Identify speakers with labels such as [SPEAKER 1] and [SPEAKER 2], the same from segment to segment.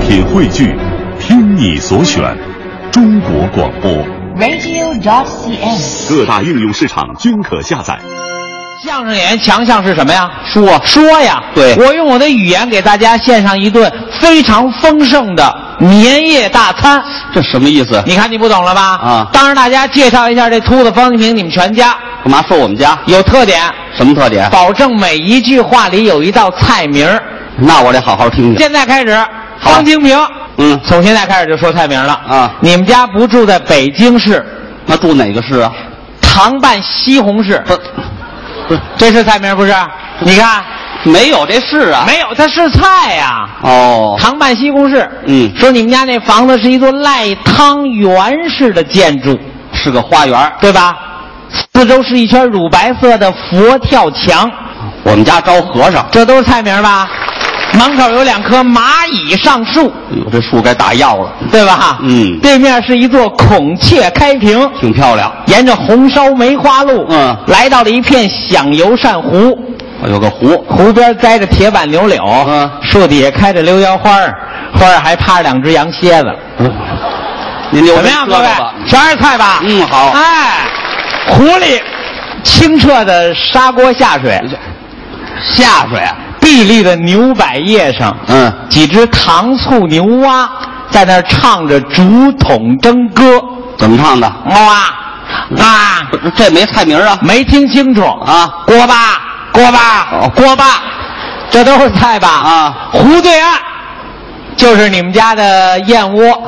[SPEAKER 1] 品汇聚，听你所选，中国广播。
[SPEAKER 2] radio.cn。
[SPEAKER 1] 各大应用市场均可下载。
[SPEAKER 3] 相声演员强项是什么呀？说说呀，
[SPEAKER 4] 对
[SPEAKER 3] 我用我的语言给大家献上一顿非常丰盛的年夜大餐。
[SPEAKER 4] 这什么意思？
[SPEAKER 3] 你看你不懂了吧？
[SPEAKER 4] 啊
[SPEAKER 3] 当着大家介绍一下这秃子方清平，你们全家
[SPEAKER 4] 干嘛说我们家
[SPEAKER 3] 有特点，
[SPEAKER 4] 什么特点？
[SPEAKER 3] 保证每一句话里有一道菜名儿。
[SPEAKER 4] 那我得好好听听。
[SPEAKER 3] 现在开始，方清平，
[SPEAKER 4] 嗯，
[SPEAKER 3] 从现在开始就说菜名了
[SPEAKER 4] 啊
[SPEAKER 3] 你们家不住在北京市
[SPEAKER 4] 那住哪个市啊？
[SPEAKER 3] 糖拌西红柿，
[SPEAKER 4] 不，不是
[SPEAKER 3] 这是菜名不是？你看，
[SPEAKER 4] 没有这市啊。
[SPEAKER 3] 没有，它是菜呀、
[SPEAKER 4] 哦，
[SPEAKER 3] 糖拌西红柿，
[SPEAKER 4] 嗯
[SPEAKER 3] 说你们家那房子是一座赖汤圆式的建筑，
[SPEAKER 4] 是个花园儿。
[SPEAKER 3] 对吧？四周是一圈乳白色的佛跳墙，
[SPEAKER 4] 我们家招和尚。
[SPEAKER 3] 这都是菜名吧？门口有两棵蚂蚁上树，
[SPEAKER 4] 哎呦，这树该打药了，
[SPEAKER 3] 对吧？
[SPEAKER 4] 嗯
[SPEAKER 3] 对面是一座孔雀开屏，
[SPEAKER 4] 挺漂亮。
[SPEAKER 3] 沿着红烧梅花鹿，
[SPEAKER 4] 嗯
[SPEAKER 3] 来到了一片响油扇湖，
[SPEAKER 4] 哦有个湖，
[SPEAKER 3] 湖边栽着铁板柳柳，
[SPEAKER 4] 嗯
[SPEAKER 3] 树底下开着溜腰花儿，花儿还趴着两只羊蝎子。
[SPEAKER 4] 您留
[SPEAKER 3] 怎么样，各位？全是菜吧？
[SPEAKER 4] 嗯好
[SPEAKER 3] 哎，湖里清澈的砂锅下水，
[SPEAKER 4] 下水啊。
[SPEAKER 3] 碧绿的牛百叶上，
[SPEAKER 4] 嗯，
[SPEAKER 3] 几只糖醋牛蛙在那儿唱着竹筒筝歌。
[SPEAKER 4] 怎么唱的？
[SPEAKER 3] 哇啊
[SPEAKER 4] 不！是这没菜名啊。
[SPEAKER 3] 没听清楚
[SPEAKER 4] 啊
[SPEAKER 3] 锅巴，锅巴，
[SPEAKER 4] 哦
[SPEAKER 3] 锅巴，这都是菜吧？
[SPEAKER 4] 啊
[SPEAKER 3] 湖对岸就是你们家的燕窝，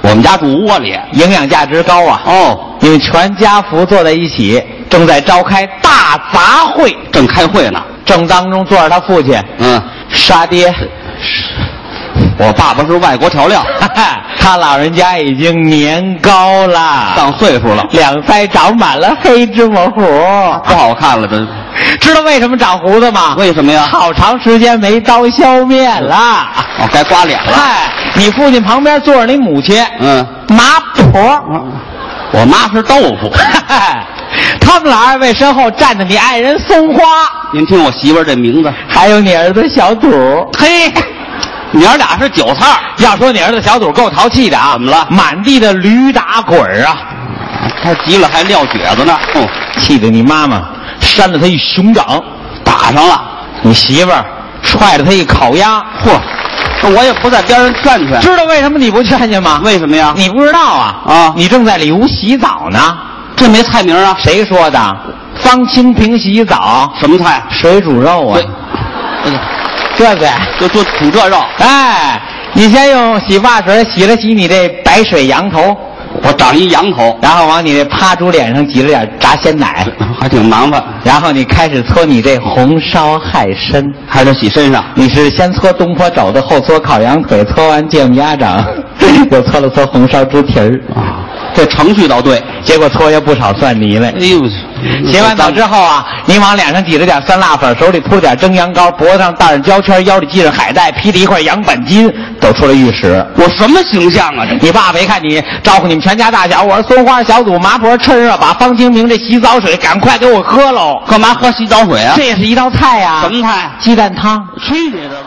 [SPEAKER 4] 我们家住窝里。
[SPEAKER 3] 营养价值高啊。
[SPEAKER 4] 哦，
[SPEAKER 3] 因为全家福坐在一起，正在召开大杂烩。
[SPEAKER 4] 正开会呢。
[SPEAKER 3] 正当中坐着他父亲，
[SPEAKER 4] 嗯，
[SPEAKER 3] 沙爹，
[SPEAKER 4] 我爸爸是外国调料，
[SPEAKER 3] 他老人家已经年高了，
[SPEAKER 4] 上岁数了，
[SPEAKER 3] 两腮长满了黑芝麻糊。
[SPEAKER 4] 不好看了。这
[SPEAKER 3] 知道为什么长胡子吗？
[SPEAKER 4] 为什么呀？
[SPEAKER 3] 好长时间没刀削面了。
[SPEAKER 4] 哦，该刮脸了。
[SPEAKER 3] 嗨，你父亲旁边坐着你母亲，
[SPEAKER 4] 嗯，
[SPEAKER 3] 麻婆。
[SPEAKER 4] 我妈是豆腐。
[SPEAKER 3] 嗨， 他们老二位身后站着你爱人松花。
[SPEAKER 4] 您听我媳妇儿这名字，
[SPEAKER 3] 还有你儿子小赌。嘿，
[SPEAKER 4] 娘俩是韭菜儿，
[SPEAKER 3] 要说你儿子小赌够淘气的啊，
[SPEAKER 4] 怎么了
[SPEAKER 3] 满地的驴打滚儿啊，
[SPEAKER 4] 他急了还撂蹶子呢。嗯，
[SPEAKER 3] 气得你妈妈扇了他一熊掌，
[SPEAKER 4] 打上了。
[SPEAKER 3] 你媳妇儿踹了他一烤鸭。
[SPEAKER 4] 嚯，那我也不在边上劝劝。
[SPEAKER 3] 知道为什么你不劝劝吗？
[SPEAKER 4] 为什么呀？
[SPEAKER 3] 你不知道啊？
[SPEAKER 4] 啊
[SPEAKER 3] 你正在里屋洗澡呢。
[SPEAKER 4] 这没菜名啊？
[SPEAKER 3] 谁说的？方清平洗澡，
[SPEAKER 4] 什么菜？
[SPEAKER 3] 水煮肉啊
[SPEAKER 4] 对，，哎
[SPEAKER 3] 对不对？
[SPEAKER 4] 呀就就煮这肉。
[SPEAKER 3] 哎，你先用洗发水洗了洗你这白水羊头，
[SPEAKER 4] 我长一羊头，
[SPEAKER 3] 然后往你这趴猪脸上挤了点炸鲜奶，
[SPEAKER 4] 还挺麻烦，
[SPEAKER 3] 然后你开始搓你这红烧海参。
[SPEAKER 4] 还得洗身上。
[SPEAKER 3] 你是先搓东坡肘子，后搓烤羊腿，搓完芥末鸭掌，又搓了搓红烧猪蹄儿，
[SPEAKER 4] 这程序倒对。
[SPEAKER 3] 结果搓下不少蒜泥来
[SPEAKER 4] 哎。呦，
[SPEAKER 3] 洗完澡之后啊，你往脸上挤了点酸辣粉，手里铺点蒸羊羔，脖子上戴上胶圈，腰里系上海带，披着一块羊板巾，走出了浴室。
[SPEAKER 4] 我什么形象啊？这
[SPEAKER 3] 你爸爸一看你，招呼你们全家大小，我是松花小肚麻婆趁热把方清明这洗澡水赶快给我喝喽。
[SPEAKER 4] 干嘛喝洗澡水啊？啊
[SPEAKER 3] 这也是一道菜呀、啊
[SPEAKER 4] 什么菜？
[SPEAKER 3] 鸡蛋汤。
[SPEAKER 4] 吹你的吧！